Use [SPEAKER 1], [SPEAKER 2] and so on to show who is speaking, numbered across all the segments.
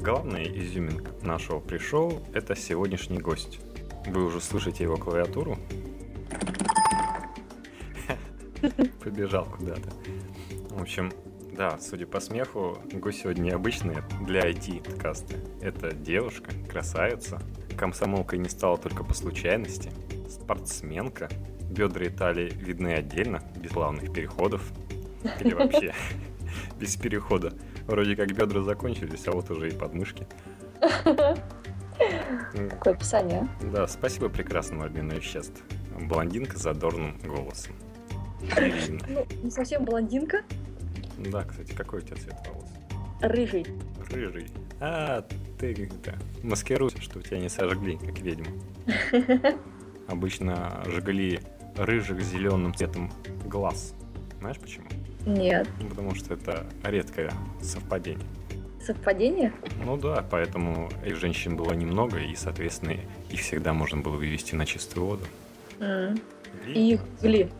[SPEAKER 1] главная изюминка нашего пришел – это сегодняшний гость. Вы уже слышите его клавиатуру? Побежал куда-то. В общем, да, судя по смеху, гость сегодня необычный для IT-подкаста. Это девушка, красавица, комсомолкой не стала только по случайности, спортсменка, бедра и талии видны отдельно, без плавных переходов, или вообще без перехода. Вроде как бедра закончились, а вот уже и подмышки.
[SPEAKER 2] Какое описание.
[SPEAKER 1] Да, спасибо прекрасному обмену веществ. Блондинка с задорным голосом. Ирина.
[SPEAKER 2] Ну, не совсем блондинка.
[SPEAKER 1] Да, кстати, какой у тебя цвет волос?
[SPEAKER 2] Рыжий.
[SPEAKER 1] Рыжий. А, ты да. маскируйся, что тебя не сожгли, как ведьма. Обычно жгли рыжих зеленым цветом глаз. Знаешь почему?
[SPEAKER 2] Нет.
[SPEAKER 1] Ну, Потому что это редкое совпадение.
[SPEAKER 2] Совпадение?
[SPEAKER 1] Ну да, поэтому их женщин было немного, и, соответственно, их всегда можно было вывести на чистую воду.
[SPEAKER 2] М. И их жгли.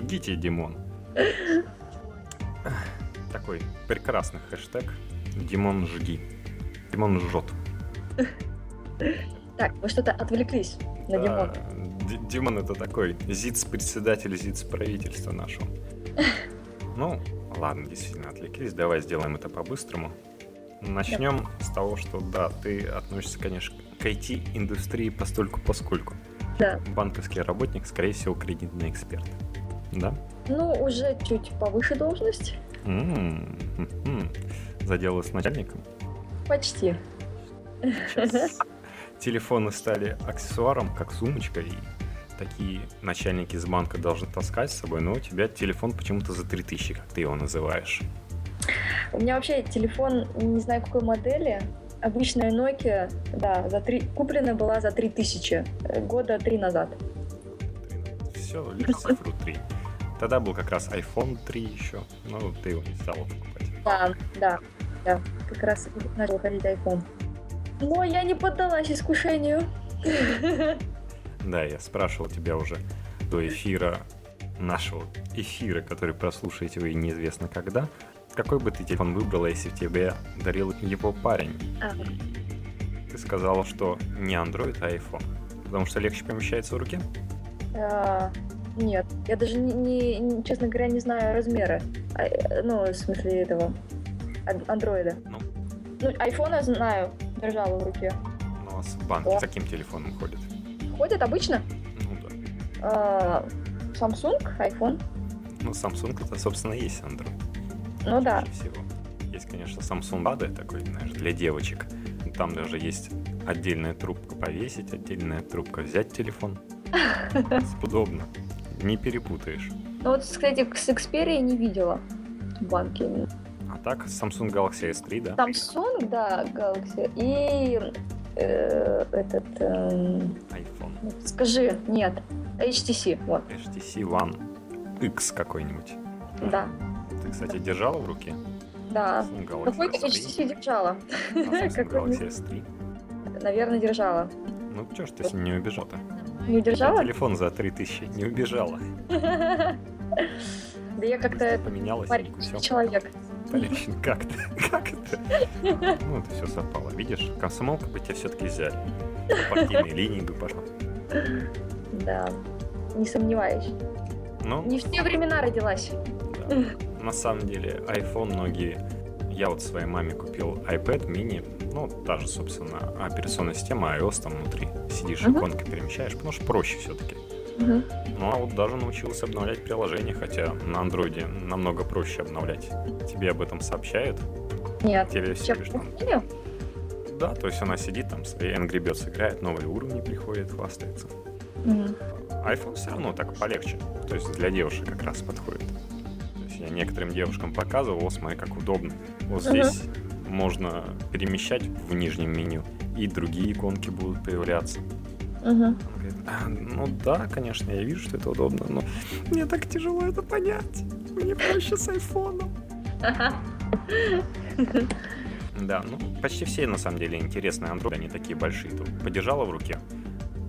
[SPEAKER 1] Жгите, Димон. Такой прекрасный хэштег. Димон жги. Димон жжет.
[SPEAKER 2] Так, вы что-то отвлеклись на
[SPEAKER 1] Да,
[SPEAKER 2] Димона.
[SPEAKER 1] А, Ди- Димон это такой ЗИЦ-председатель ЗИЦ-правительства нашего. Ну, ладно, действительно, отвлеклись. Давай сделаем это по-быстрому. Начнем с того, что да, ты относишься, конечно, к IT-индустрии постольку поскольку.
[SPEAKER 2] Да.
[SPEAKER 1] Банковский работник, скорее всего, кредитный эксперт. Да?
[SPEAKER 2] Ну, уже чуть повыше должность.
[SPEAKER 1] М, м-м. Заделала с начальником.
[SPEAKER 2] Почти.
[SPEAKER 1] Сейчас. Телефоны стали аксессуаром, как сумочка, и такие начальники из банка должны таскать с собой, но у тебя телефон почему-то за 3000, как ты его называешь.
[SPEAKER 2] У меня вообще телефон, не знаю какой модели, обычная Nokia, да, за три, куплена была за 3000, э, года три назад.
[SPEAKER 1] Все, лишь цифру 3. Тогда был как раз iPhone 3 еще, но ты его не стала покупать.
[SPEAKER 2] Да, да, да, как раз начал ходить iPhone. Но я не поддалась искушению.
[SPEAKER 1] Да, я спрашивал тебя уже до эфира, нашего эфира, который прослушаете вы неизвестно когда, какой бы ты телефон выбрала, если тебе дарил его парень?
[SPEAKER 2] А,
[SPEAKER 1] И Ты сказала, что не Android, а iPhone. Потому что легче помещается в руке?
[SPEAKER 2] э, Нет, я даже не, не- не- честно говоря, не знаю размеры, а, э, ну, в смысле этого, ан- андроида.
[SPEAKER 1] Ну.
[SPEAKER 2] Ну, айфона знаю, держала в руке.
[SPEAKER 1] У нас в банке
[SPEAKER 2] Да.
[SPEAKER 1] с таким телефоном ходит.
[SPEAKER 2] Ходят обычно
[SPEAKER 1] Ну да.
[SPEAKER 2] э, Samsung, iPhone,
[SPEAKER 1] Ну, Samsung это, собственно, и есть Android.
[SPEAKER 2] ну да.
[SPEAKER 1] чаще всего. Есть, конечно, Samsung Lada такой, знаешь, для девочек. Там даже есть отдельная трубка повесить, отдельная трубка взять телефон. Удобно. Не перепутаешь.
[SPEAKER 2] Ну вот, кстати, с Xperia не видела в банке именно.
[SPEAKER 1] А так, Samsung Galaxy S3, да?
[SPEAKER 2] Samsung, да, Galaxy, и э, этот, эм,
[SPEAKER 1] iPhone.
[SPEAKER 2] скажи, нет, HTC, вот,
[SPEAKER 1] HTC One X какой-нибудь.
[SPEAKER 2] да,
[SPEAKER 1] Ты, кстати, держала в руке?
[SPEAKER 2] да.
[SPEAKER 1] Samsung Galaxy
[SPEAKER 2] Какой-то
[SPEAKER 1] S3?
[SPEAKER 2] HTC держала,
[SPEAKER 1] А Samsung
[SPEAKER 2] Какой
[SPEAKER 1] Galaxy S3.
[SPEAKER 2] наверное, держала.
[SPEAKER 1] Ну, чё ж ты с ним не убежал-то?
[SPEAKER 2] Не
[SPEAKER 1] Я
[SPEAKER 2] держала?
[SPEAKER 1] телефон за 3000 не убежала.
[SPEAKER 2] Да я как-то
[SPEAKER 1] Быстро поменялась.
[SPEAKER 2] парень,
[SPEAKER 1] всё.
[SPEAKER 2] человек.
[SPEAKER 1] Блин, как ты? Как это? Ну, это все запало. Видишь, комсомолка бы тебя все-таки взяли. По партийной линии бы пошла.
[SPEAKER 2] Да, не сомневаюсь.
[SPEAKER 1] Ну,
[SPEAKER 2] Не в те времена родилась.
[SPEAKER 1] да. на самом деле, iPhone многие... Я вот своей маме купил iPad mini, ну, та же, собственно, операционная система, iOS там внутри. Сидишь,
[SPEAKER 2] Мгм.
[SPEAKER 1] иконки перемещаешь, потому что проще все-таки.
[SPEAKER 2] Мгм.
[SPEAKER 1] Ну, а вот даже научился обновлять приложение, хотя на андроиде намного проще обновлять. Тебе об этом сообщают,
[SPEAKER 2] Нет.
[SPEAKER 1] тебе все
[SPEAKER 2] Чем
[SPEAKER 1] лишь там
[SPEAKER 2] помню?
[SPEAKER 1] Да, то есть она сидит там, свои Angry Birds играет, новые уровни приходят, хвастается.
[SPEAKER 2] Мгм.
[SPEAKER 1] iPhone все равно так полегче, то есть для девушек как раз подходит. То есть я некоторым девушкам показывал, вот смотри, как удобно. Вот
[SPEAKER 2] Мгм.
[SPEAKER 1] здесь можно перемещать в нижнем меню, и другие иконки будут появляться.
[SPEAKER 2] Мгм.
[SPEAKER 1] Она говорит, «А, ну да, конечно, я вижу, что это удобно, но мне так тяжело это понять. Мне проще с айфоном. Да, ну почти все на самом деле интересные андроиды, они такие большие. Тут подержала в руке.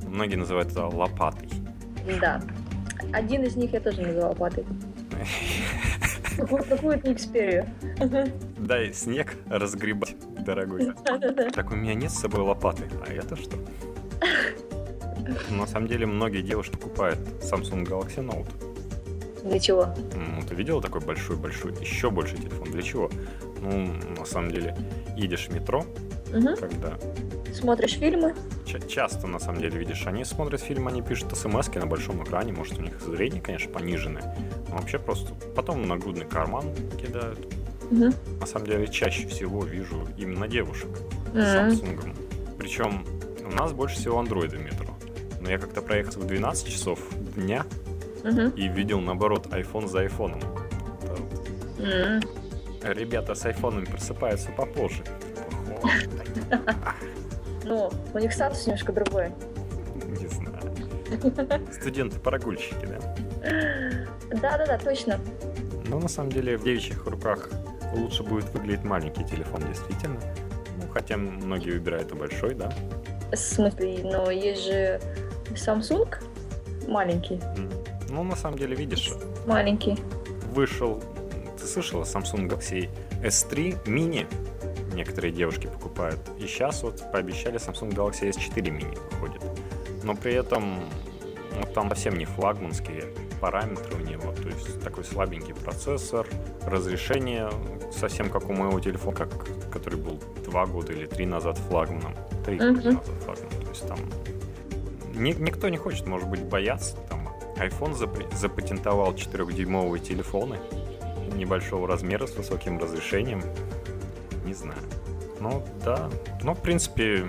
[SPEAKER 1] Многие называют это лопатой.
[SPEAKER 2] Да. Один из них я тоже называла патой. Какую- Какую-то Xperia.
[SPEAKER 1] Дай снег разгребать, дорогой.
[SPEAKER 2] Да-да-да.
[SPEAKER 1] Так у меня нет с собой лопаты, а это что? На самом деле многие девушки покупают Samsung Galaxy Note.
[SPEAKER 2] Для чего?
[SPEAKER 1] Ну, ты видел такой большой-большой, еще больше телефон? Для чего? Ну, на самом деле, едешь в метро,
[SPEAKER 2] Мгм.
[SPEAKER 1] когда
[SPEAKER 2] Смотришь фильмы?
[SPEAKER 1] ча- часто, на самом деле, видишь, они смотрят фильм, они пишут смс на большом экране, может, у них зрение, конечно, пониженное, но вообще просто потом нагрудный карман кидают.
[SPEAKER 2] Мгм.
[SPEAKER 1] На самом деле, чаще всего вижу именно девушек с
[SPEAKER 2] Мгм.
[SPEAKER 1] Samsung. Причем у нас больше всего андроиды в метро. Но я как-то проехал в 12 часов дня
[SPEAKER 2] Мгм.
[SPEAKER 1] и видел, наоборот, iPhone за айфоном. Это вот
[SPEAKER 2] М.
[SPEAKER 1] Ребята с айфонами просыпаются попозже.
[SPEAKER 2] Ну, у них статус немножко другой.
[SPEAKER 1] Не знаю. Студенты-парагульщики, да?
[SPEAKER 2] Да-да-да, точно.
[SPEAKER 1] Но на самом деле в девичьих руках лучше будет выглядеть маленький телефон, действительно. Ну, хотя многие выбирают и большой, да?
[SPEAKER 2] В смысле, но есть же Samsung маленький.
[SPEAKER 1] М. Ну, на самом деле, видишь,
[SPEAKER 2] Маленький.
[SPEAKER 1] вышел... Ты слышала Samsung Galaxy S3 mini? Некоторые девушки покупают. И сейчас вот пообещали Samsung Galaxy S4 mini выходит. Но при этом ну, там совсем не флагманские параметры у него. То есть такой слабенький процессор, разрешение совсем как у моего телефона, как, который был два года или три назад флагманом. Три года
[SPEAKER 2] Мгм.
[SPEAKER 1] назад флагманом. То есть там ни- никто не хочет, может быть, бояться. Там iPhone запре- запатентовал 4-дюймовые телефоны небольшого размера с высоким разрешением. Не знаю. Ну, да. Ну, в принципе,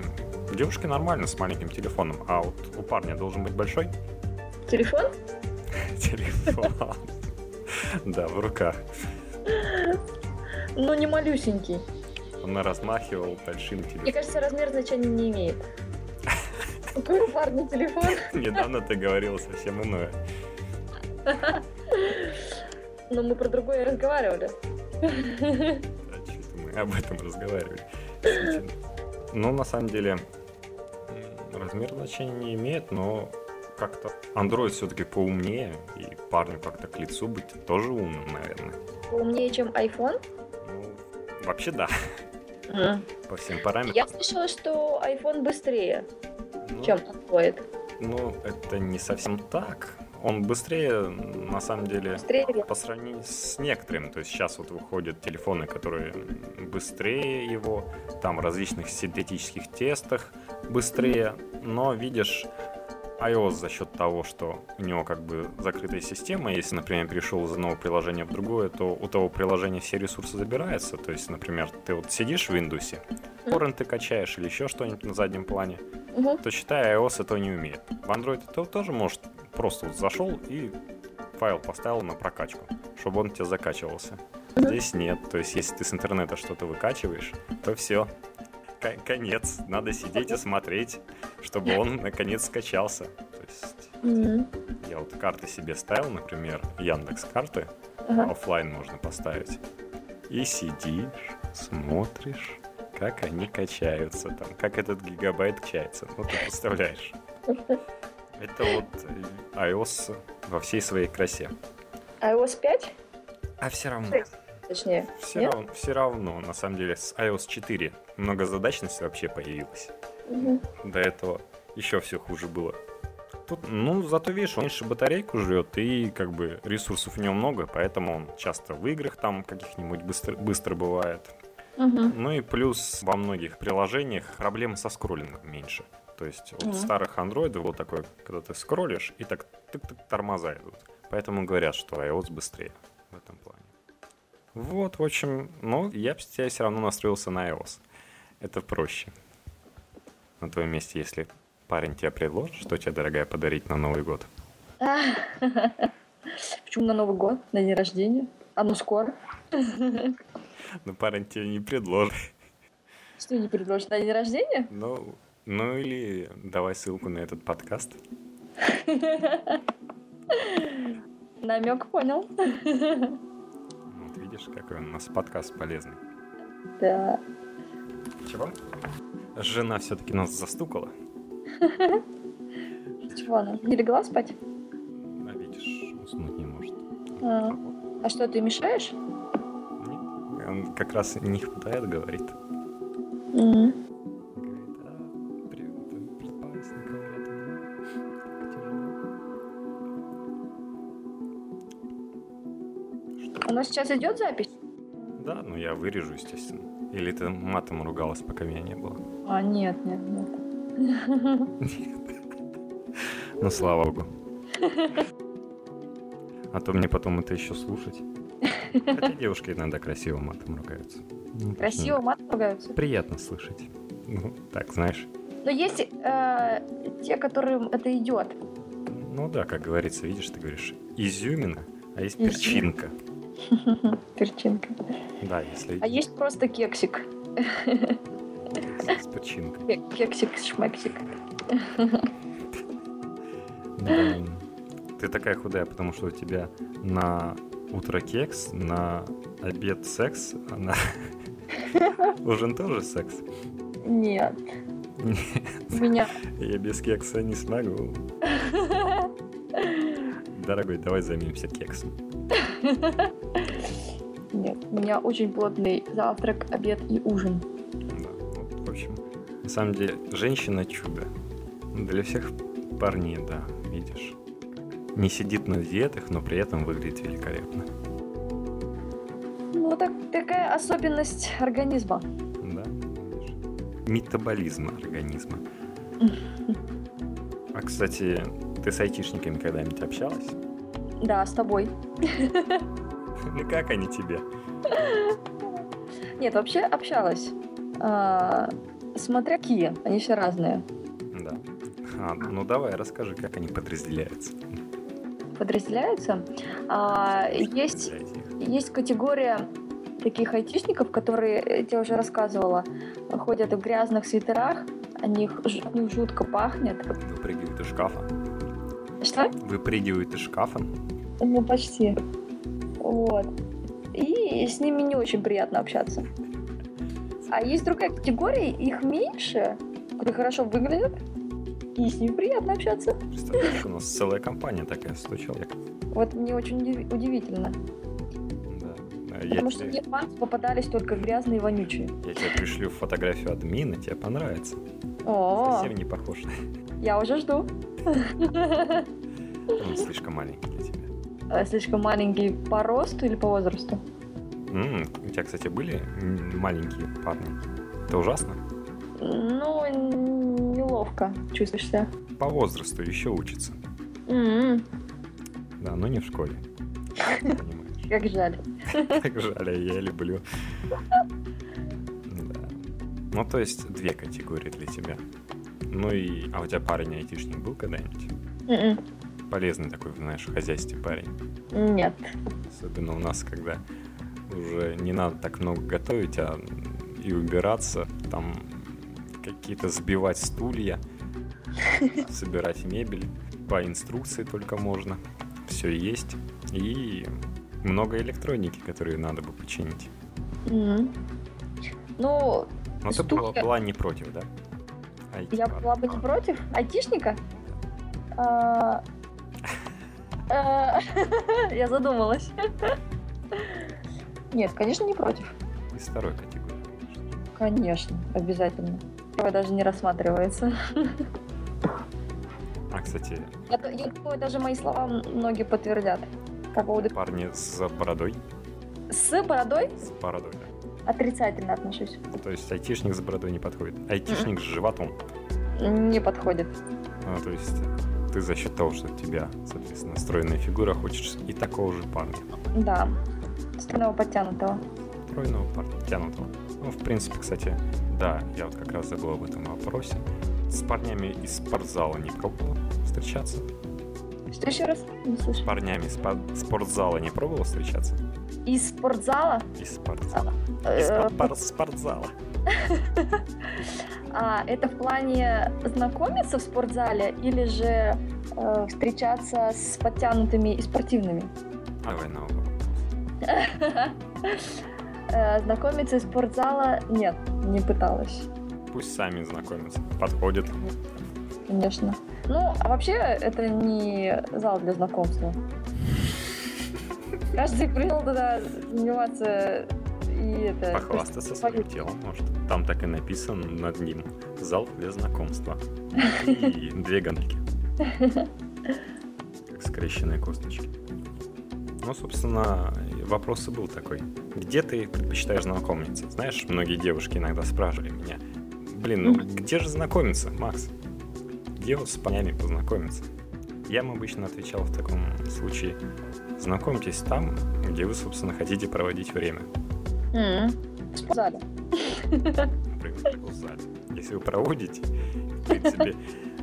[SPEAKER 1] девушке нормально с маленьким телефоном, а вот у парня должен быть большой
[SPEAKER 2] Телефон?
[SPEAKER 1] телефон. Да, в руках.
[SPEAKER 2] Ну, не малюсенький.
[SPEAKER 1] Он размахивал большим
[SPEAKER 2] Мне
[SPEAKER 1] телефоном.
[SPEAKER 2] кажется, размер значения не имеет. Какой у парня телефон?
[SPEAKER 1] Недавно ты говорила совсем иное.
[SPEAKER 2] Но мы про другое разговаривали.
[SPEAKER 1] Да, чё-то мы об этом разговаривали. Действительно. Ну, на самом деле, м, размер значения не имеет, но как-то Android все-таки поумнее, и парню как-то к лицу быть тоже умным, наверное.
[SPEAKER 2] Умнее, чем iPhone?
[SPEAKER 1] Ну, вообще да, по всем параметрам.
[SPEAKER 2] Я слышала, что iPhone быстрее,
[SPEAKER 1] Ну,
[SPEAKER 2] чем Android.
[SPEAKER 1] Ну, это не совсем так. Он быстрее, на самом деле,
[SPEAKER 2] Быстрее ли?
[SPEAKER 1] по сравнению с некоторым. То есть сейчас вот выходят телефоны, которые быстрее его, там в различных синтетических тестах быстрее. Но видишь, iOS за счет того, что у него как бы закрытая система, если, например, перешел из одного приложения в другое, то у того приложения все ресурсы забираются. То есть, например, ты вот сидишь в Windows,
[SPEAKER 2] Мгм.
[SPEAKER 1] торрент ты качаешь или еще что-нибудь на заднем плане,
[SPEAKER 2] Мгм.
[SPEAKER 1] то считай, iOS этого не умеет. В Android это тоже может просто вот зашел и файл поставил на прокачку, чтобы он у тебя закачивался. Здесь нет. То есть, если ты с интернета что-то выкачиваешь, то все. Конец. Надо сидеть и смотреть, чтобы он наконец скачался. То есть,
[SPEAKER 2] Мгм.
[SPEAKER 1] я вот карты себе ставил, например, Яндекс карты,
[SPEAKER 2] Ага.
[SPEAKER 1] оффлайн можно поставить. И сидишь, смотришь, как они качаются там, как этот гигабайт качается. Ну, ты представляешь. Это вот э, iOS во всей своей красе.
[SPEAKER 2] iOS 5,
[SPEAKER 1] А все равно.
[SPEAKER 2] точнее.
[SPEAKER 1] Все
[SPEAKER 2] Нет?
[SPEAKER 1] равно, все равно, на самом деле, с iOS 4 многозадачность вообще появилась.
[SPEAKER 2] Мгм.
[SPEAKER 1] До этого еще все хуже было. Тут, ну, зато видишь, он меньше батарейку жрет, и как бы ресурсов у него много, поэтому он часто в играх там каких-нибудь быстро, быстро бывает.
[SPEAKER 2] Мгм.
[SPEAKER 1] Ну и плюс во многих приложениях проблем со скроллингом меньше. То есть у
[SPEAKER 2] Мгм.
[SPEAKER 1] старых андроидов было такое, когда ты скроллишь, и так тык-тык тормоза идут. Поэтому говорят, что iOS быстрее в этом плане. Вот, в общем, ну, я бы тебя все равно настроился на iOS. Это проще. На твоем месте, если парень тебе предложит, что тебе, дорогая, подарить на Новый год.
[SPEAKER 2] Почему на Новый год, на день рождения? А ну скоро.
[SPEAKER 1] Но Ну, парень тебе не предложит.
[SPEAKER 2] Что не предложишь? На день рождения?
[SPEAKER 1] Ну, ну или давай ссылку на этот подкаст.
[SPEAKER 2] Намек понял.
[SPEAKER 1] Вот видишь, какой у нас подкаст полезный.
[SPEAKER 2] Да.
[SPEAKER 1] Чего? Жена все-таки нас застукала.
[SPEAKER 2] Чего она? Не легла спать?
[SPEAKER 1] А видишь, уснуть не может.
[SPEAKER 2] А. А что, ты мешаешь?
[SPEAKER 1] Нет. он как раз не хватает, говорит.
[SPEAKER 2] Мгм.
[SPEAKER 1] Говорит, а, привет, просыпаюсь, никого рядом нет. Тяжело. Что?
[SPEAKER 2] У нас сейчас идет запись?
[SPEAKER 1] Да, ну я вырежу, естественно. Или ты матом ругалась, пока меня не было?
[SPEAKER 2] А, нет, нет, нет.
[SPEAKER 1] Ну, слава богу. А то мне потом это еще слушать. Хотя девушки иногда красиво матом ругаются. Ну,
[SPEAKER 2] Красиво мат ругаются.
[SPEAKER 1] Приятно слышать. Ну, так, знаешь.
[SPEAKER 2] Но есть э, те, которым это идет.
[SPEAKER 1] Ну да, как говорится, видишь, ты говоришь изюмина, а есть
[SPEAKER 2] Изюмина.
[SPEAKER 1] перчинка.
[SPEAKER 2] Перчинка.
[SPEAKER 1] Да, если
[SPEAKER 2] А есть просто кексик.
[SPEAKER 1] с перчинкой.
[SPEAKER 2] Кек- Кексик, шмексик.
[SPEAKER 1] Да. Ты такая худая, потому что у тебя на утро кекс, на обед секс, а на ужин тоже секс.
[SPEAKER 2] Нет. У меня.
[SPEAKER 1] Я без кекса не смогу. Дорогой, давай займемся кексом.
[SPEAKER 2] Нет, у меня очень плотный завтрак, обед и ужин.
[SPEAKER 1] Да, вот, в общем, на самом деле, женщина чудо. Для всех парней, да, видишь. Не сидит на диетах, но при этом выглядит великолепно.
[SPEAKER 2] Ну, так, такая особенность организма.
[SPEAKER 1] Да, видишь. Метаболизма организма. А, кстати, ты с айтишниками когда-нибудь общалась?
[SPEAKER 2] Да, с тобой.
[SPEAKER 1] Ну как они тебе?
[SPEAKER 2] Нет, вообще общалась. А, смотря какие, они все разные.
[SPEAKER 1] Да. А, ну давай, расскажи, как они подразделяются.
[SPEAKER 2] Подразделяются. А, есть,
[SPEAKER 1] Для этих.
[SPEAKER 2] есть категория таких айтишников, которые, э, я тебе уже рассказывала, ходят в грязных свитерах, о них, ж- от них жутко пахнет.
[SPEAKER 1] Выпрыгивают из шкафа.
[SPEAKER 2] Что?
[SPEAKER 1] Выпрыгивают из шкафа.
[SPEAKER 2] Ну, почти. Вот. И с ними не очень приятно общаться. А есть другая категория, их меньше, которые хорошо выглядят, и с ними приятно общаться.
[SPEAKER 1] Представляешь, у нас целая компания такая, 100 человек.
[SPEAKER 2] Вот мне очень удив- удивительно.
[SPEAKER 1] Да. А Я
[SPEAKER 2] Потому что
[SPEAKER 1] тебе,
[SPEAKER 2] мне в панцирь попадались только грязные и вонючие.
[SPEAKER 1] я тебе пришлю фотографию админа, тебе понравится.
[SPEAKER 2] О,
[SPEAKER 1] Совсем не похож.
[SPEAKER 2] я уже жду.
[SPEAKER 1] Он слишком маленький для тебя.
[SPEAKER 2] Э, Слишком маленький по росту или по возрасту?
[SPEAKER 1] М, у тебя, кстати, были м, маленькие парни? Это ужасно.
[SPEAKER 2] Ну, н- неловко чувствуешь себя.
[SPEAKER 1] По возрасту еще учится.
[SPEAKER 2] М,
[SPEAKER 1] Да, но не в школе. Понимаешь.
[SPEAKER 2] Как жаль.
[SPEAKER 1] Как жаль, а я люблю. Да. Ну, то есть, две категории для тебя. Ну и... А у тебя парень-айтишник был когда-нибудь?
[SPEAKER 2] М,
[SPEAKER 1] Полезный такой, знаешь, в хозяйстве парень.
[SPEAKER 2] м, Нет.
[SPEAKER 1] Особенно у нас, когда уже не надо так много готовить, а и убираться, там какие-то сбивать стулья, собирать мебель. По инструкции только можно. Все есть. И много электроники, которые надо бы починить.
[SPEAKER 2] М. М-м. Ну,
[SPEAKER 1] Но ты была,
[SPEAKER 2] Стулья.
[SPEAKER 1] была не против, да? А IT
[SPEAKER 2] я
[SPEAKER 1] парня.
[SPEAKER 2] была бы не против. Айтишника? А, а, Я задумалась. Нет, конечно, не против.
[SPEAKER 1] А, Из второй категории. конечно.
[SPEAKER 2] Конечно, обязательно. Первое даже не рассматривается.
[SPEAKER 1] А, кстати,
[SPEAKER 2] Я, д- я думаю, даже мои слова м- многие подтвердят. По поводу
[SPEAKER 1] парни с бородой.
[SPEAKER 2] с бородой
[SPEAKER 1] С бородой, да.
[SPEAKER 2] отрицательно отношусь.
[SPEAKER 1] То есть айтишник с бородой не подходит. Айтишник с животом.
[SPEAKER 2] Не подходит.
[SPEAKER 1] А, то есть ты за счет того, что у тебя, соответственно, стройная фигура, хочешь и такого же парня.
[SPEAKER 2] Да. Стального подтянутого.
[SPEAKER 1] Стройного парня, тянутого. Ну, в принципе, кстати, да, я вот как раз забыл об этом вопросе. С парнями из спортзала не пробовала встречаться?
[SPEAKER 2] Что еще раз? Не
[SPEAKER 1] С
[SPEAKER 2] слышу.
[SPEAKER 1] парнями из спа- спортзала не пробовала встречаться?
[SPEAKER 2] Из спортзала?
[SPEAKER 1] Из спортзала. Из
[SPEAKER 2] Э,
[SPEAKER 1] спа- спортзала.
[SPEAKER 2] А это в плане знакомиться в спортзале или же э, встречаться с подтянутыми и спортивными?
[SPEAKER 1] Давай на оба.
[SPEAKER 2] Э, Знакомиться из спортзала нет, не пыталась.
[SPEAKER 1] Пусть сами знакомятся. Подходят.
[SPEAKER 2] Конечно. Ну, а вообще, это не зал для знакомства. Каждый принял туда заниматься И это...
[SPEAKER 1] Похвастаться своим телом, может. Там так и написано над ним. Зал для знакомства. И две гантельки. Как скрещенные косточки. Ну, собственно, вопрос и был такой. Где ты предпочитаешь знакомиться? Знаешь, многие девушки иногда спрашивали меня. Блин, ну где же знакомиться, Макс? Где вот с парнями познакомиться? Я им обычно отвечал в таком случае. Знакомьтесь там, где вы, собственно, хотите проводить время.
[SPEAKER 2] М, В спортзале.
[SPEAKER 1] Например, в зале. Если вы проводите, в принципе,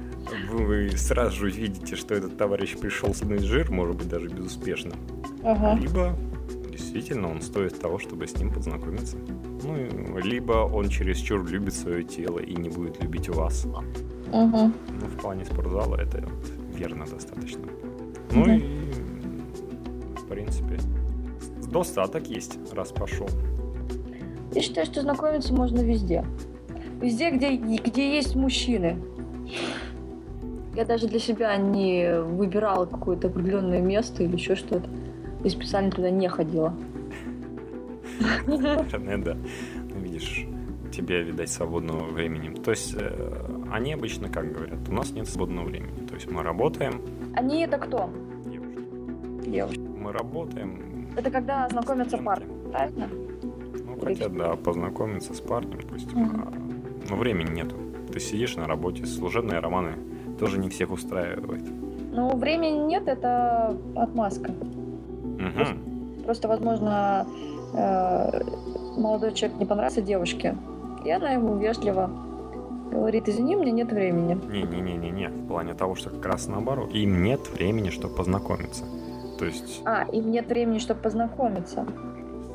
[SPEAKER 1] вы сразу же видите, что этот товарищ пришел снять жир, может быть, даже безуспешно.
[SPEAKER 2] Ага.
[SPEAKER 1] Либо действительно он стоит того, чтобы с ним познакомиться. Ну, и- либо он чересчур любит свое тело и не будет любить вас.
[SPEAKER 2] Ага.
[SPEAKER 1] Ну, в плане спортзала это вот верно достаточно. Ну
[SPEAKER 2] Да.
[SPEAKER 1] и, в принципе, с- достаток есть, раз пошел.
[SPEAKER 2] Я считаю, что знакомиться можно везде. Везде, где, где есть мужчины. Я даже для себя не выбирала какое-то определенное место или еще что-то. И специально туда не ходила.
[SPEAKER 1] Наверное, да. Ну, видишь, у тебя, видать, свободного времени. То есть, э, они обычно как говорят, у нас нет свободного времени. То есть, мы работаем,
[SPEAKER 2] Они это кто? Девушки.
[SPEAKER 1] мы работаем.
[SPEAKER 2] Это когда знакомятся
[SPEAKER 1] с
[SPEAKER 2] пары, правильно?
[SPEAKER 1] Ну, хотя, да, познакомиться с парнем, допустим, а, но времени нету. Ты сидишь на работе, служебные романы тоже не всех устраивает.
[SPEAKER 2] Ну, времени нет, это отмазка.
[SPEAKER 1] Мгм.
[SPEAKER 2] Просто, возможно, э, молодой человек не понравился девушке. И она ему вежливо говорит, извини, мне нет времени.
[SPEAKER 1] Ну, Не-не-не-не-не, в плане того, что как раз наоборот. Им нет времени, чтобы познакомиться. То есть,
[SPEAKER 2] А, им нет времени, чтобы познакомиться.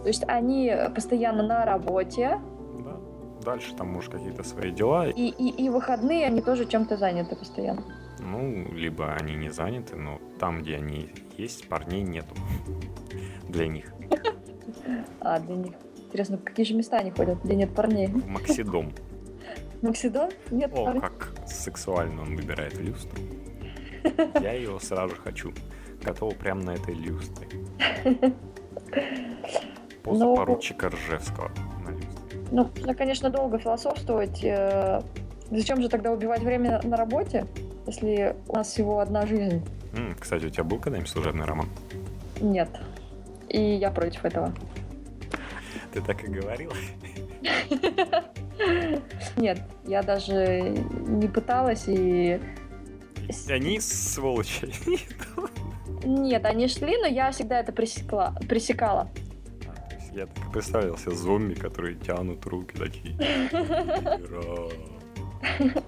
[SPEAKER 2] То есть они постоянно на работе,
[SPEAKER 1] да, дальше там, может, какие-то свои дела,
[SPEAKER 2] и, и, и выходные они тоже чем-то заняты постоянно.
[SPEAKER 1] Ну, либо они не заняты, но там, где они есть, парней нету для них.
[SPEAKER 2] А, для них. Интересно, в какие же места они ходят, где нет парней?
[SPEAKER 1] В Максидом.
[SPEAKER 2] Максидон? Нет
[SPEAKER 1] О,
[SPEAKER 2] парней.
[SPEAKER 1] как сексуально он выбирает люстру. Я его сразу же хочу. Готова прямо на этой люстре. Поза
[SPEAKER 2] Ну.
[SPEAKER 1] поручика Ржевского на люстре.
[SPEAKER 2] Ну, можно, конечно, долго философствовать. э, Зачем же тогда убивать время на работе, если у нас всего одна жизнь?
[SPEAKER 1] М, кстати, у тебя был когда-нибудь служебный роман?
[SPEAKER 2] Нет. И я против этого.
[SPEAKER 1] Ты так и говорил.
[SPEAKER 2] Нет, я даже не пыталась и
[SPEAKER 1] Они сволочи.
[SPEAKER 2] Нет, они шли, но я всегда это пресекла, пресекала.
[SPEAKER 1] А, то есть Я так и представил себе зомби, которые тянут руки такие. Ура.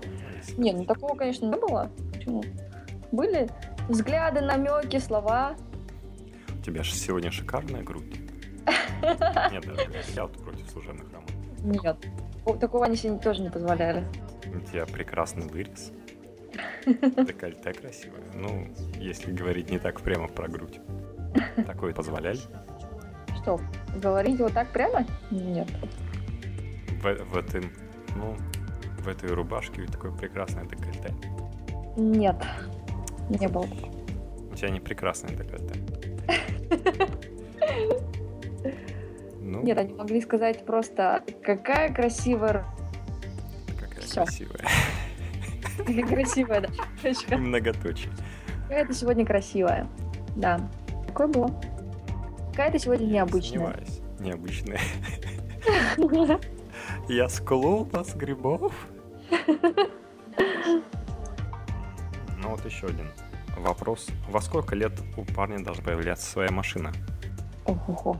[SPEAKER 2] Не, ну такого, конечно, не было. Почему? Были взгляды, намеки, слова.
[SPEAKER 1] У тебя же сегодня шикарная грудь. Нет, дорогая, я вот против служебных романов.
[SPEAKER 2] Нет. О, Такого они себе тоже не позволяли.
[SPEAKER 1] У тебя прекрасный вырез. Декольте красивое. Ну, если говорить не так прямо про грудь. Такое позволяли?
[SPEAKER 2] Что, говорить вот так прямо? Нет.
[SPEAKER 1] В, в этом, ну, в этой рубашке ведь такое прекрасное декольте.
[SPEAKER 2] Нет. Не было.
[SPEAKER 1] У тебя не прекрасное декольте. Ну,
[SPEAKER 2] Нет, они могли сказать просто, какая красивая р-
[SPEAKER 1] какая
[SPEAKER 2] всё.
[SPEAKER 1] красивая.
[SPEAKER 2] или красивая, да.
[SPEAKER 1] И
[SPEAKER 2] девочка.
[SPEAKER 1] многоточие.
[SPEAKER 2] Какая ты сегодня красивая. Да. Такое было. Какая ты сегодня необычная.
[SPEAKER 1] Сомневаюсь. Необычная. Я с клуба, с грибов. Ну вот еще один вопрос. Во сколько лет у парня должна появляться своя машина?
[SPEAKER 2] Ого-го.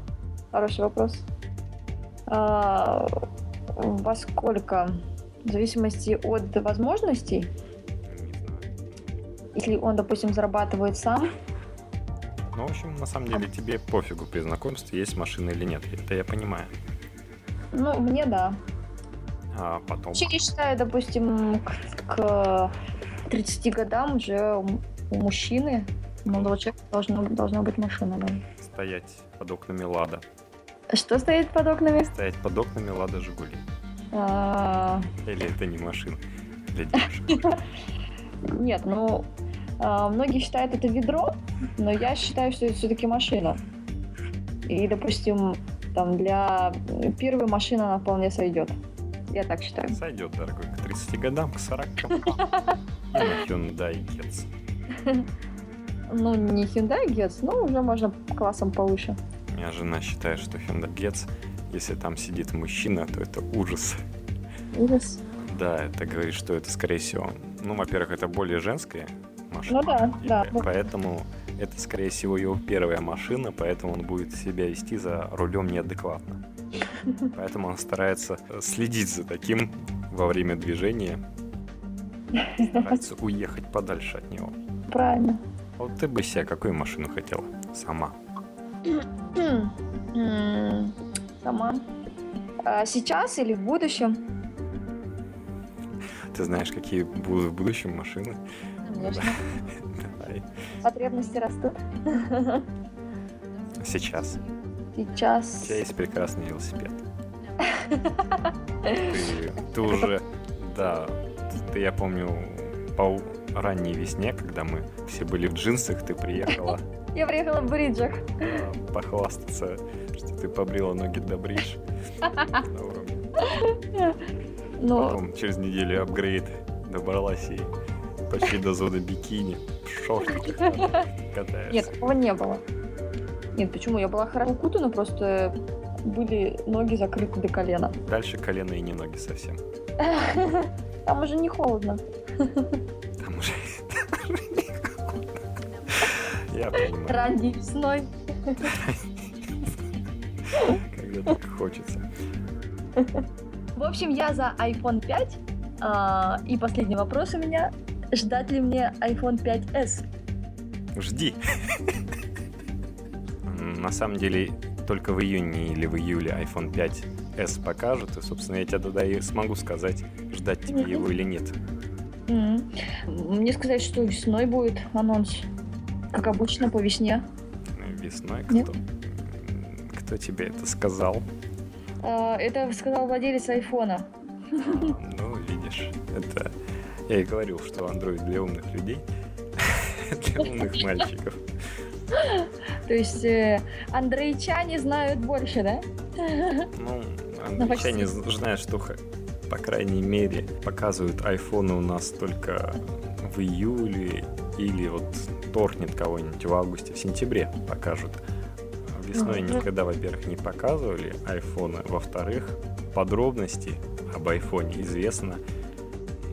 [SPEAKER 2] Хороший вопрос. А, во сколько? В зависимости от возможностей.
[SPEAKER 1] Не знаю.
[SPEAKER 2] Если он, допустим, зарабатывает сам,
[SPEAKER 1] Ну, в общем, на самом деле тебе пофигу при знакомстве, есть машина или нет. Это я понимаю.
[SPEAKER 2] ну, мне да.
[SPEAKER 1] А потом...
[SPEAKER 2] Вообще, я считаю, допустим, к, к 30 годам уже у м- у мужчины, у молодого человека, должна, должна быть машина, да.
[SPEAKER 1] Стоять под окнами Лада.
[SPEAKER 2] Что стоит под окнами?
[SPEAKER 1] Стоять под окнами Лада Жигули.
[SPEAKER 2] А,
[SPEAKER 1] Или это не машина для девушек.
[SPEAKER 2] Нет, ну, а, многие считают это ведро, но я считаю, что это все-таки машина. И, допустим, там для первой машины она вполне сойдет. Я так считаю.
[SPEAKER 1] Сойдет, дорогой, к 30 годам, к 40. И на Hyundai Getz.
[SPEAKER 2] Ну, не Hyundai Getz, но уже можно классом повыше.
[SPEAKER 1] У меня жена считает, что Hyundai Getz, если там сидит мужчина, то это ужас.
[SPEAKER 2] Ужас.
[SPEAKER 1] Да, это говорит, что это, скорее всего, ну, во-первых, это более женская машина.
[SPEAKER 2] Ну да,
[SPEAKER 1] И
[SPEAKER 2] да.
[SPEAKER 1] по- Поэтому это, скорее всего, его первая машина, поэтому он будет себя вести за рулем неадекватно. Поэтому он старается следить за таким во время движения, старается уехать подальше от него.
[SPEAKER 2] Правильно.
[SPEAKER 1] А Вот ты бы себе какую машину хотела? Сама.
[SPEAKER 2] Хм. М, Сама. А Сейчас или в будущем?
[SPEAKER 1] Ты знаешь, какие будут в будущем машины?
[SPEAKER 2] Конечно.
[SPEAKER 1] Давай.
[SPEAKER 2] Потребности растут.
[SPEAKER 1] Сейчас.
[SPEAKER 2] Сейчас.
[SPEAKER 1] У тебя есть прекрасный велосипед. Ты, ты уже, да, ты, я помню, по у- ранней весне, когда мы все были в джинсах, ты приехала
[SPEAKER 2] Я приехала в бриджах.
[SPEAKER 1] э, похвастаться, что ты побрила ноги до бридж. На уровне.
[SPEAKER 2] Ну,
[SPEAKER 1] Потом через неделю апгрейд добралась и почти до зоны бикини, в шортиках катаешься.
[SPEAKER 2] нет, такого не было. Нет, почему? Я была хорошо укутана, просто были ноги закрыты до колена.
[SPEAKER 1] Дальше колено и не ноги совсем.
[SPEAKER 2] Там уже не холодно.
[SPEAKER 1] Там уже... там уже не холодно. Я понимаю.
[SPEAKER 2] Ранней весной.
[SPEAKER 1] Когда так хочется.
[SPEAKER 2] В общем, я за iPhone 5. А, и последний вопрос у меня. Ждать ли мне iPhone 5s?
[SPEAKER 1] Жди. М, На самом деле, только в июне или в июле iPhone 5s покажут, и, собственно, я тебе тогда и смогу сказать, ждать тебе его или нет.
[SPEAKER 2] М. Мне сказать, что весной будет анонс. Как обычно, по весне.
[SPEAKER 1] Весной
[SPEAKER 2] Нет.
[SPEAKER 1] кто? М, Кто тебе это сказал?
[SPEAKER 2] А, это сказал владелец айфона.
[SPEAKER 1] А, Ну, видишь, это... Я и говорил, что Android для умных людей, для умных мальчиков.
[SPEAKER 2] То есть э, андрейчане знают больше, да?
[SPEAKER 1] Ну, англичане
[SPEAKER 2] почти.
[SPEAKER 1] зн- знают, что, х- по крайней мере, показывают айфоны у нас только в июле или вот торкнет кого-нибудь в августе, в сентябре покажут. Весной
[SPEAKER 2] Мгм.
[SPEAKER 1] никогда, во-первых, не показывали айфоны, во-вторых, подробности об айфоне известно,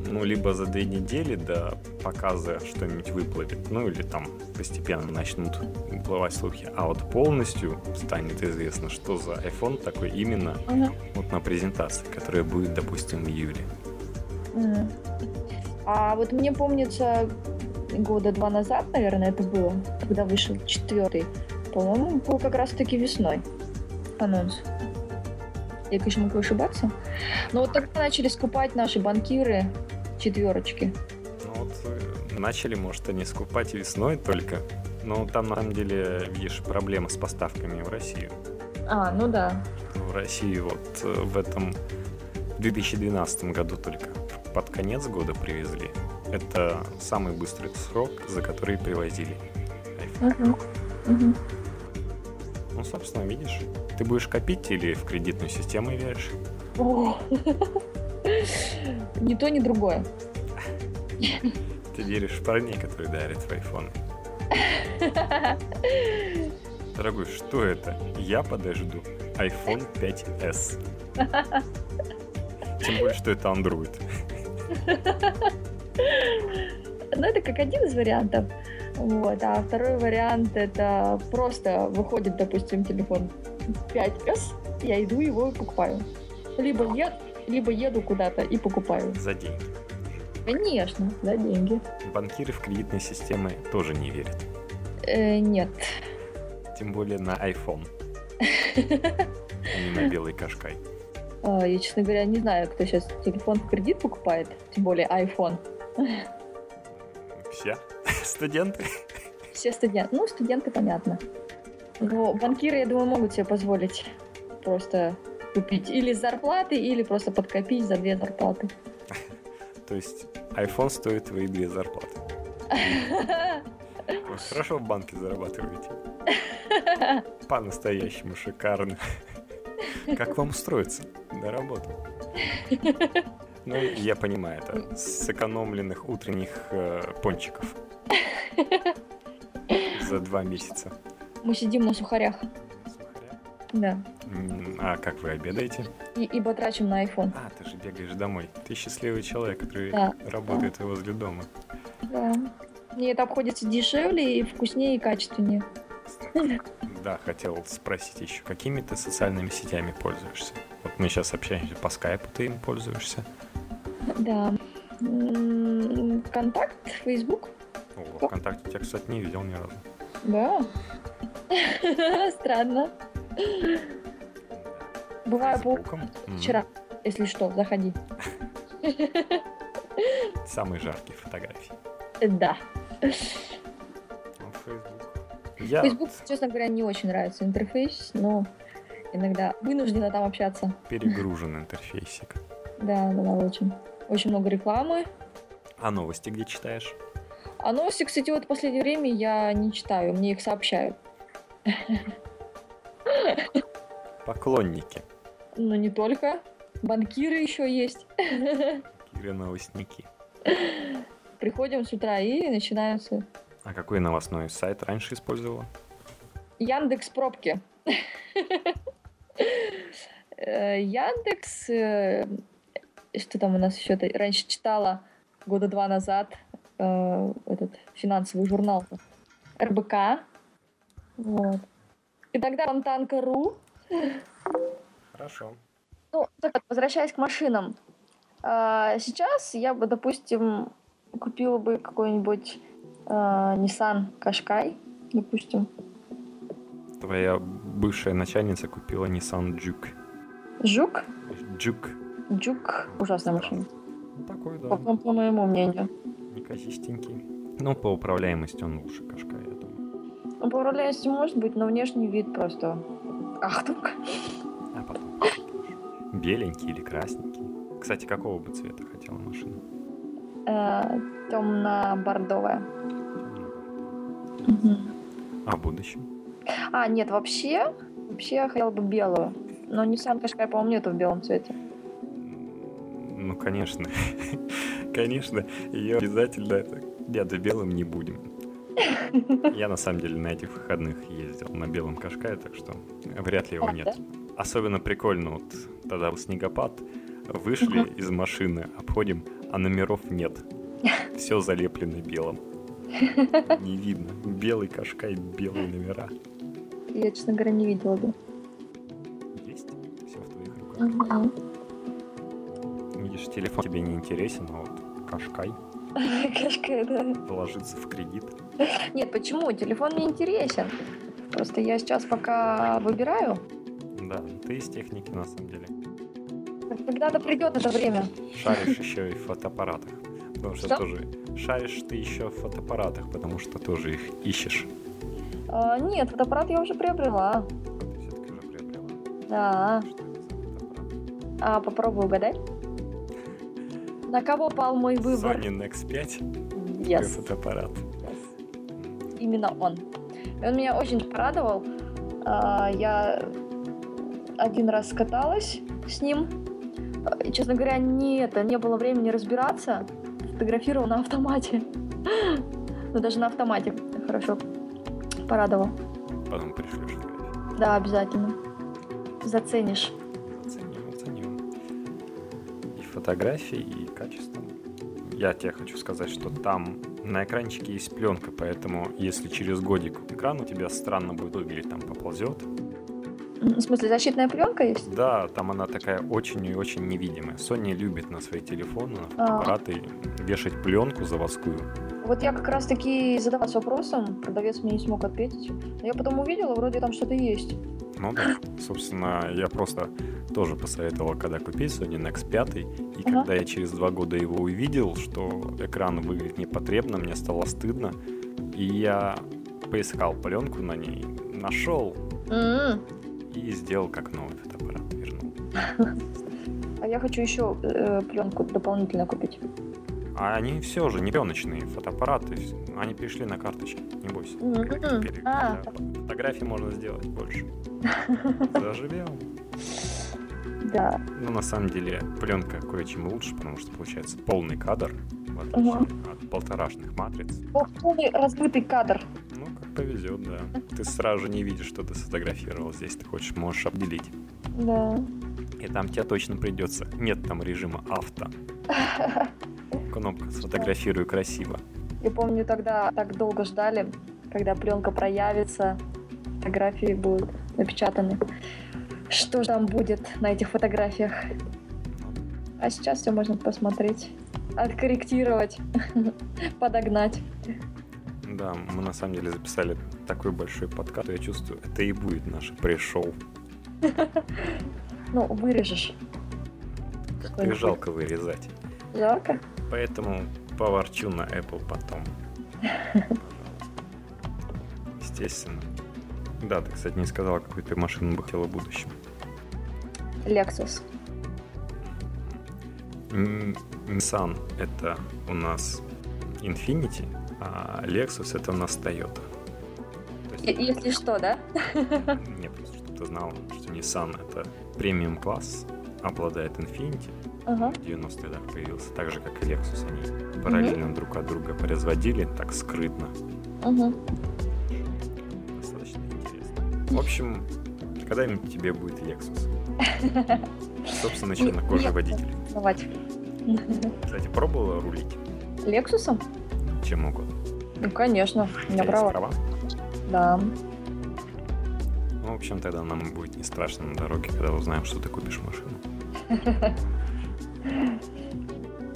[SPEAKER 1] ну, либо за две недели до показа что-нибудь выплывет, ну, или там постепенно начнут уплывать слухи, а вот полностью станет известно, что за iPhone такой именно вот на презентации, которая будет, допустим, в июле.
[SPEAKER 2] М. А вот мне помнится, года два назад, наверное, это было, когда вышел четвертый. По-моему, был как раз-таки весной анонс. Я, конечно, могу ошибаться. Но вот тогда начали скупать наши банкиры четверочки.
[SPEAKER 1] Ну вот э, начали, может, они скупать весной только, но там на самом деле, видишь, проблема с поставками в Россию.
[SPEAKER 2] А, ну да.
[SPEAKER 1] В России вот э, в этом в 2012 году только под конец года привезли. Это самый быстрый срок, за который привозили iPhone. Ну, собственно, видишь, ты будешь копить или в кредитную систему веришь?
[SPEAKER 2] О. Ни то, ни другое.
[SPEAKER 1] Ты веришь в парней, которые дарят в iPhone.
[SPEAKER 2] Ну,
[SPEAKER 1] Дорогой, что это? Я подожду iPhone 5s. Тем более, что это Android.
[SPEAKER 2] Ну, это как один из вариантов. Вот. А второй вариант это просто выходит, допустим, телефон 5S, я иду его и покупаю. Либо еду, либо еду куда-то и покупаю.
[SPEAKER 1] За деньги.
[SPEAKER 2] Конечно, за деньги.
[SPEAKER 1] Банкиры в кредитные системы тоже не верят.
[SPEAKER 2] Э, нет.
[SPEAKER 1] Тем более на iPhone, а не на белый кашкай.
[SPEAKER 2] Э, я, честно говоря, не знаю, кто сейчас телефон в кредит покупает, тем более iPhone.
[SPEAKER 1] Все студенты.
[SPEAKER 2] Все студенты. Ну, студенты, понятно. Но банкиры, я думаю, могут себе позволить просто купить или с зарплаты, или просто подкопить за две зарплаты.
[SPEAKER 1] То есть iPhone стоит твои две зарплаты. Вы хорошо в банке зарабатываете. По-настоящему шикарно. Как вам устроиться на работу? Ну, я понимаю, это сэкономленных утренних э, пончиков за два месяца.
[SPEAKER 2] Мы сидим на сухарях. Да.
[SPEAKER 1] М, А как вы обедаете?
[SPEAKER 2] И, и батрачим на iPhone.
[SPEAKER 1] А, ты же бегаешь домой. Ты счастливый человек, который
[SPEAKER 2] Да.
[SPEAKER 1] работает возле дома.
[SPEAKER 2] Да. Мне это обходится дешевле и вкуснее и качественнее.
[SPEAKER 1] Да, хотел спросить еще, какими ты социальными сетями пользуешься? Вот мы сейчас общаемся по скайпу, ты им пользуешься.
[SPEAKER 2] Да. М, М-м, Контакт, Facebook.
[SPEAKER 1] О, ВКонтакте тебя, кстати, не видел ни разу.
[SPEAKER 2] Да. Странно. Бываю по
[SPEAKER 1] Фейсбуком? М,
[SPEAKER 2] вчера, если что, заходи.
[SPEAKER 1] Самые жаркие фотографии.
[SPEAKER 2] Э, Да.
[SPEAKER 1] Ну, Фейсбук. Я
[SPEAKER 2] Facebook, честно говоря, не очень нравится интерфейс, но иногда вынуждена там общаться.
[SPEAKER 1] перегружен интерфейсик.
[SPEAKER 2] Да, да, да, очень. Очень много рекламы.
[SPEAKER 1] А новости где читаешь?
[SPEAKER 2] А новости, кстати, вот в последнее время я не читаю, мне их сообщают.
[SPEAKER 1] Поклонники.
[SPEAKER 2] Но Ну, не только. Банкиры еще есть.
[SPEAKER 1] Или новостники.
[SPEAKER 2] Приходим с утра и начинаются
[SPEAKER 1] А какой новостной сайт раньше использовала?
[SPEAKER 2] Яндекс пробки. Э, Яндекс, э, что там у нас еще? Раньше читала года два назад э, этот финансовый журнал РБК. Вот. И тогда Фонтанка.ру.
[SPEAKER 1] Хорошо.
[SPEAKER 2] Ну, так вот, возвращаясь к машинам. А, Сейчас я бы, допустим, купила бы какой-нибудь а, Nissan Qashqai, допустим.
[SPEAKER 1] Твоя бывшая начальница купила Nissan Juke.
[SPEAKER 2] Жук.
[SPEAKER 1] Juke.
[SPEAKER 2] Джук. Ужасная машина.
[SPEAKER 1] Ну, Такой, да,
[SPEAKER 2] По, по- по моему мнению.
[SPEAKER 1] неказистенький. Ну, по управляемости он лучше Кашка, я думаю.
[SPEAKER 2] Ну, по управляемости может быть, но внешний вид просто... Ах, только.
[SPEAKER 1] А потом посмотришь. Беленький или красненький. Кстати, какого бы цвета хотела машина?
[SPEAKER 2] Э, Темно-бордовая.
[SPEAKER 1] А в будущем?
[SPEAKER 2] А, нет, вообще... Вообще я хотела бы белую. Но Nissan Qashqai, по-моему, нету в белом цвете.
[SPEAKER 1] М, Ну, конечно. Конечно, ее обязательно... это- Нет, белым не будем. Я, на самом деле, на этих выходных ездил на белом Кашкае, так что вряд ли его
[SPEAKER 2] А,
[SPEAKER 1] нет. Особенно прикольно, вот тогда был снегопад, вышли из машины, обходим, а номеров нет. Все залеплено белым. Не видно. Белый Кашкай, белые номера.
[SPEAKER 2] Я, честно говоря, не видела бы.
[SPEAKER 1] Есть? Все в твоих руках. Видишь, телефон тебе не интересен, а вот Кашкай
[SPEAKER 2] Qashqai, да.
[SPEAKER 1] ложится в кредит.
[SPEAKER 2] Нет, почему? Телефон мне интересен. Просто я сейчас пока выбираю.
[SPEAKER 1] Да, ты из техники на самом деле.
[SPEAKER 2] Когда-то придет это время.
[SPEAKER 1] Шаришь еще и в фотоаппаратах. Потому что
[SPEAKER 2] Что?
[SPEAKER 1] тоже шаришь ты еще в фотоаппаратах, потому что тоже их ищешь.
[SPEAKER 2] А, нет, фотоаппарат я уже приобрела.
[SPEAKER 1] Вот ты все-таки уже приобрела.
[SPEAKER 2] Да.
[SPEAKER 1] Что это за фотоаппарат?
[SPEAKER 2] А, попробуй угадать. На кого пал мой выбор?
[SPEAKER 1] Sony NX5, твой
[SPEAKER 2] Yes,
[SPEAKER 1] фотоаппарат.
[SPEAKER 2] yes. Именно он. И он меня очень порадовал. А, я один раз каталась с ним. А, и, Честно говоря, не это, не было времени разбираться. Фотографировал на автомате. Ну, даже на автомате хорошо порадовал.
[SPEAKER 1] Потом пришлешь фотографии.
[SPEAKER 2] Да, обязательно. Заценишь.
[SPEAKER 1] Оценим, оценим. И фотографии, и качество. Я тебе хочу сказать, что там на экранчике есть пленка, поэтому если через годик экран у тебя странно будет выглядеть, там поползет,
[SPEAKER 2] М, В смысле, защитная пленка есть?
[SPEAKER 1] Да, там она такая очень и очень невидимая. Sony любит на свои телефоны, на фотоаппараты вешать пленку заводскую.
[SPEAKER 2] Вот я как раз таки задалась вопросом, продавец мне не смог ответить. Но я потом увидела, вроде там что-то есть.
[SPEAKER 1] Ну да, собственно, я просто тоже посоветовал, когда купить Sony Nex 5, и когда я через два года его увидел, что экран выглядит непотребно, мне стало стыдно, и я поискал пленку на ней, нашел
[SPEAKER 2] М.
[SPEAKER 1] и сделал как новый фотоаппарат, вернул.
[SPEAKER 2] А я хочу еще пленку дополнительно э, купить.
[SPEAKER 1] А они все же не пленочные, фотоаппараты. Они перешли на карточки, не бойся.
[SPEAKER 2] Мгм.
[SPEAKER 1] Теперь,
[SPEAKER 2] А.
[SPEAKER 1] да, Фотографий можно сделать больше. Заживем.
[SPEAKER 2] Да.
[SPEAKER 1] Ну, на самом деле, пленка кое-чем лучше, потому что получается полный кадр, в отличие
[SPEAKER 2] Ага.
[SPEAKER 1] от полторашных матриц.
[SPEAKER 2] О, Полный разбытый кадр.
[SPEAKER 1] Ну, как повезет, да. Ты сразу же не видишь, что ты сфотографировал. Здесь ты хочешь, можешь обделить.
[SPEAKER 2] Да.
[SPEAKER 1] И там тебе точно придется. Нет там режима авто. Кнопка «Сфотографирую красиво».
[SPEAKER 2] Я помню, тогда так долго ждали, когда пленка проявится, фотографии будут напечатаны. Что же там будет на этих фотографиях? А сейчас все можно посмотреть, откорректировать, подогнать.
[SPEAKER 1] Да, мы на самом деле записали такой большой подкат, я чувствую, это и будет наше пришел.
[SPEAKER 2] Ну, вырежешь.
[SPEAKER 1] Как их жалко вырезать.
[SPEAKER 2] Жарко?
[SPEAKER 1] Поэтому поворчу на Apple потом. Пожалуйста. Естественно. Да, ты, кстати, не сказала, какую ты машину бы хотела в будущем.
[SPEAKER 2] Lexus.
[SPEAKER 1] Н- Nissan это у нас Infinity, а Lexus это у нас Toyota. То есть-
[SPEAKER 2] Е- Если что, да?
[SPEAKER 1] Нет, просто чтобы ты знал, что Nissan это премиум класс, обладает Infinity,
[SPEAKER 2] Ага.
[SPEAKER 1] в 90-х годах появился, так же как и Lexus, они параллельно друг от друга производили, так скрытно,
[SPEAKER 2] Мгм.
[SPEAKER 1] достаточно интересно. В общем, когда-нибудь тебе будет Lexus. Собственно, чернокожий
[SPEAKER 2] Нет.
[SPEAKER 1] водитель.
[SPEAKER 2] Давайте.
[SPEAKER 1] Кстати, пробовала рулить
[SPEAKER 2] Лексусом?
[SPEAKER 1] чем угодно?
[SPEAKER 2] Ну, конечно.
[SPEAKER 1] У
[SPEAKER 2] У
[SPEAKER 1] тебя
[SPEAKER 2] меня
[SPEAKER 1] есть
[SPEAKER 2] право.
[SPEAKER 1] права?
[SPEAKER 2] Да.
[SPEAKER 1] Ну, в общем, тогда нам будет не страшно на дороге, когда узнаем, что ты купишь машину.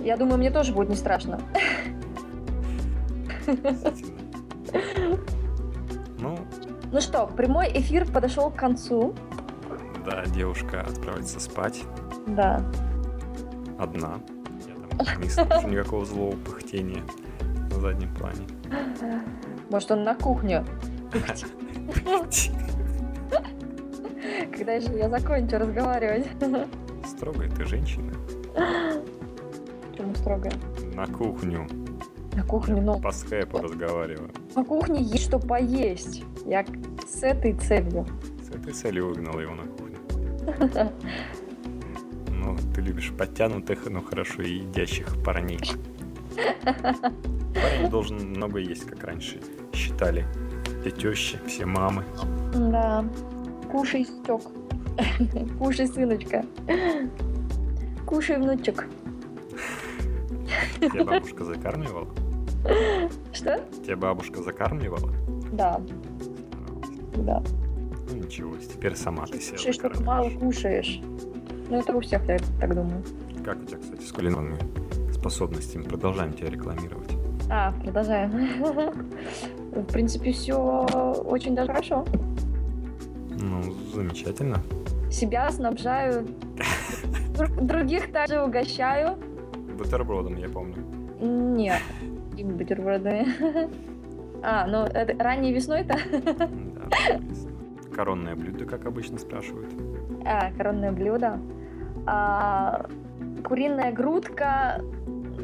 [SPEAKER 2] Я думаю, мне тоже будет не страшно.
[SPEAKER 1] Действительно. Ну,
[SPEAKER 2] Ну что, прямой эфир подошел к концу.
[SPEAKER 1] да, девушка отправится спать
[SPEAKER 2] Да.
[SPEAKER 1] одна. Я там не слышу никакого злого пыхтения на заднем плане.
[SPEAKER 2] Может, он на кухню. Когда же я закончу разговаривать?
[SPEAKER 1] Строгая ты женщина.
[SPEAKER 2] Почему строго?
[SPEAKER 1] На кухню.
[SPEAKER 2] На кухню, ну.
[SPEAKER 1] По скайпу разговариваю.
[SPEAKER 2] На кухне есть что поесть. Я к- с этой целью.
[SPEAKER 1] С этой целью выгнала его на кухню. Ну, ты любишь подтянутых, но хорошо едящих парней. Парень должен много есть, как раньше считали. Все тещи, все мамы.
[SPEAKER 2] Да. Кушай, стек. Кушай, сыночка. Кушай, внучек.
[SPEAKER 1] Тебя бабушка закармливала?
[SPEAKER 2] Что?
[SPEAKER 1] Тебя бабушка закармливала?
[SPEAKER 2] Да, да.
[SPEAKER 1] Ну ничего, теперь сама А ты себя
[SPEAKER 2] Кушай, что ты мало
[SPEAKER 1] закармливаешь.
[SPEAKER 2] кушаешь. Ну, это у всех, я так думаю.
[SPEAKER 1] Как у тебя, кстати, с кулинарными способностями? Продолжаем тебя рекламировать.
[SPEAKER 2] А, продолжаем. В принципе, все очень даже хорошо.
[SPEAKER 1] Ну, замечательно.
[SPEAKER 2] Себя снабжаю, друг- других также угощаю.
[SPEAKER 1] Бутербродом, я помню.
[SPEAKER 2] Нет, им бутерброды. А, ну это ранней весной-то?
[SPEAKER 1] Да, соответственно. Коронное блюдо, как обычно спрашивают.
[SPEAKER 2] А, коронное блюдо. А, куриная грудка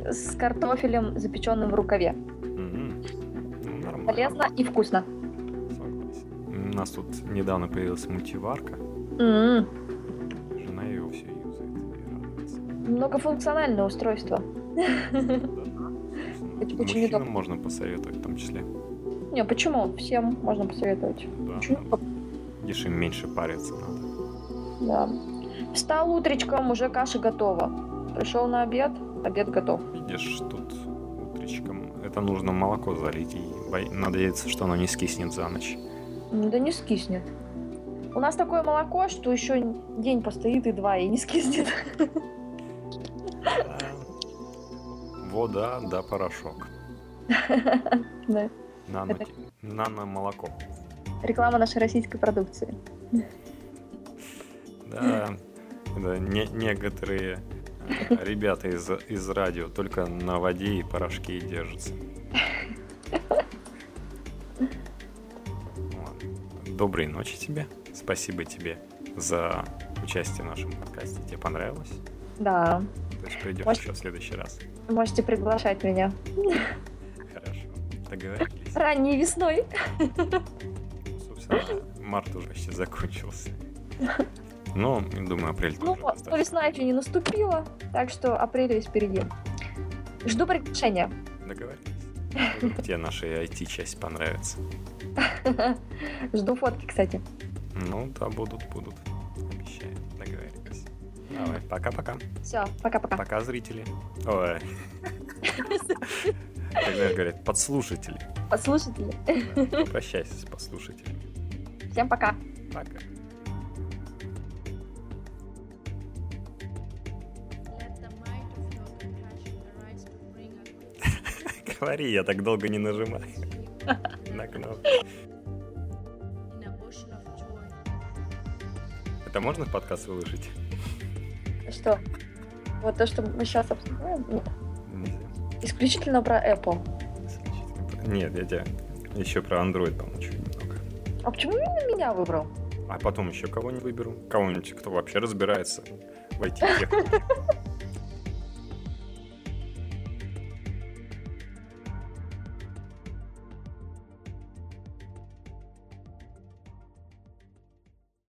[SPEAKER 2] с картофелем, запеченным в рукаве.
[SPEAKER 1] М. Ну, нормально.
[SPEAKER 2] Полезно и вкусно.
[SPEAKER 1] Согласен. У нас тут недавно появилась мультиварка.
[SPEAKER 2] М,
[SPEAKER 1] Жена ее все юзает и радуется.
[SPEAKER 2] Многофункциональное устройство.
[SPEAKER 1] Собственно,
[SPEAKER 2] Это очень
[SPEAKER 1] Мужчинам
[SPEAKER 2] удобно.
[SPEAKER 1] можно посоветовать в том числе.
[SPEAKER 2] Не, почему? Всем можно посоветовать.
[SPEAKER 1] Да.
[SPEAKER 2] Почему?
[SPEAKER 1] Лишь им меньше париться надо.
[SPEAKER 2] Да. Встал утречком, уже каша готова. Пришел на обед, обед готов.
[SPEAKER 1] Видишь, тут утречком это нужно молоко залить и бо- надеяться, что оно не скиснет за ночь.
[SPEAKER 2] Ну да не скиснет. У нас такое молоко, что еще день постоит и два, и не скиснет.
[SPEAKER 1] Вода да порошок.
[SPEAKER 2] Да.
[SPEAKER 1] Нано... молоко.
[SPEAKER 2] Реклама нашей российской продукции.
[SPEAKER 1] Да, да, не- некоторые э, ребята из, из радио только на воде и порошке и держатся. Ладно. Доброй ночи тебе. Спасибо тебе за участие в нашем подкасте. Тебе понравилось?
[SPEAKER 2] Да.
[SPEAKER 1] То есть придешь
[SPEAKER 2] Может-
[SPEAKER 1] еще в следующий раз.
[SPEAKER 2] Можете приглашать меня.
[SPEAKER 1] Хорошо. Договорились.
[SPEAKER 2] Ранней весной.
[SPEAKER 1] Ну, собственно, март уже почти закончился. Ну, и думаю, апрель
[SPEAKER 2] Ну,
[SPEAKER 1] тоже
[SPEAKER 2] но
[SPEAKER 1] достаточно.
[SPEAKER 2] весна еще не наступила, так что апрель весь впереди. Жду приглашения.
[SPEAKER 1] Договорились. Вдруг Тебе наша IT-часть понравится.
[SPEAKER 2] Жду фотки, кстати.
[SPEAKER 1] Ну, да, будут, будут. Обещаю. Договорились. Давай, пока-пока.
[SPEAKER 2] Все, пока-пока.
[SPEAKER 1] Пока, зрители. Ой. Как знаешь, говорят, подслушатели.
[SPEAKER 2] Послушатели.
[SPEAKER 1] Да, Попрощайся с подслушателями.
[SPEAKER 2] Всем пока.
[SPEAKER 1] Пока.
[SPEAKER 3] Let the might of your compassion arise to bring us
[SPEAKER 1] Говори, я так долго не нажимаю на
[SPEAKER 3] in
[SPEAKER 1] кнопку.
[SPEAKER 3] an ocean of joy.
[SPEAKER 1] Это можно в подкаст выложить?
[SPEAKER 2] Что? Вот то, что мы сейчас обсуждаем, нет.
[SPEAKER 1] Нельзя.
[SPEAKER 2] исключительно про Apple.
[SPEAKER 1] Нет, я тебя еще про Android помолчу немного.
[SPEAKER 2] А почему именно меня выбрал?
[SPEAKER 1] А потом еще кого-нибудь выберу. Кого-нибудь, кто вообще разбирается в IT.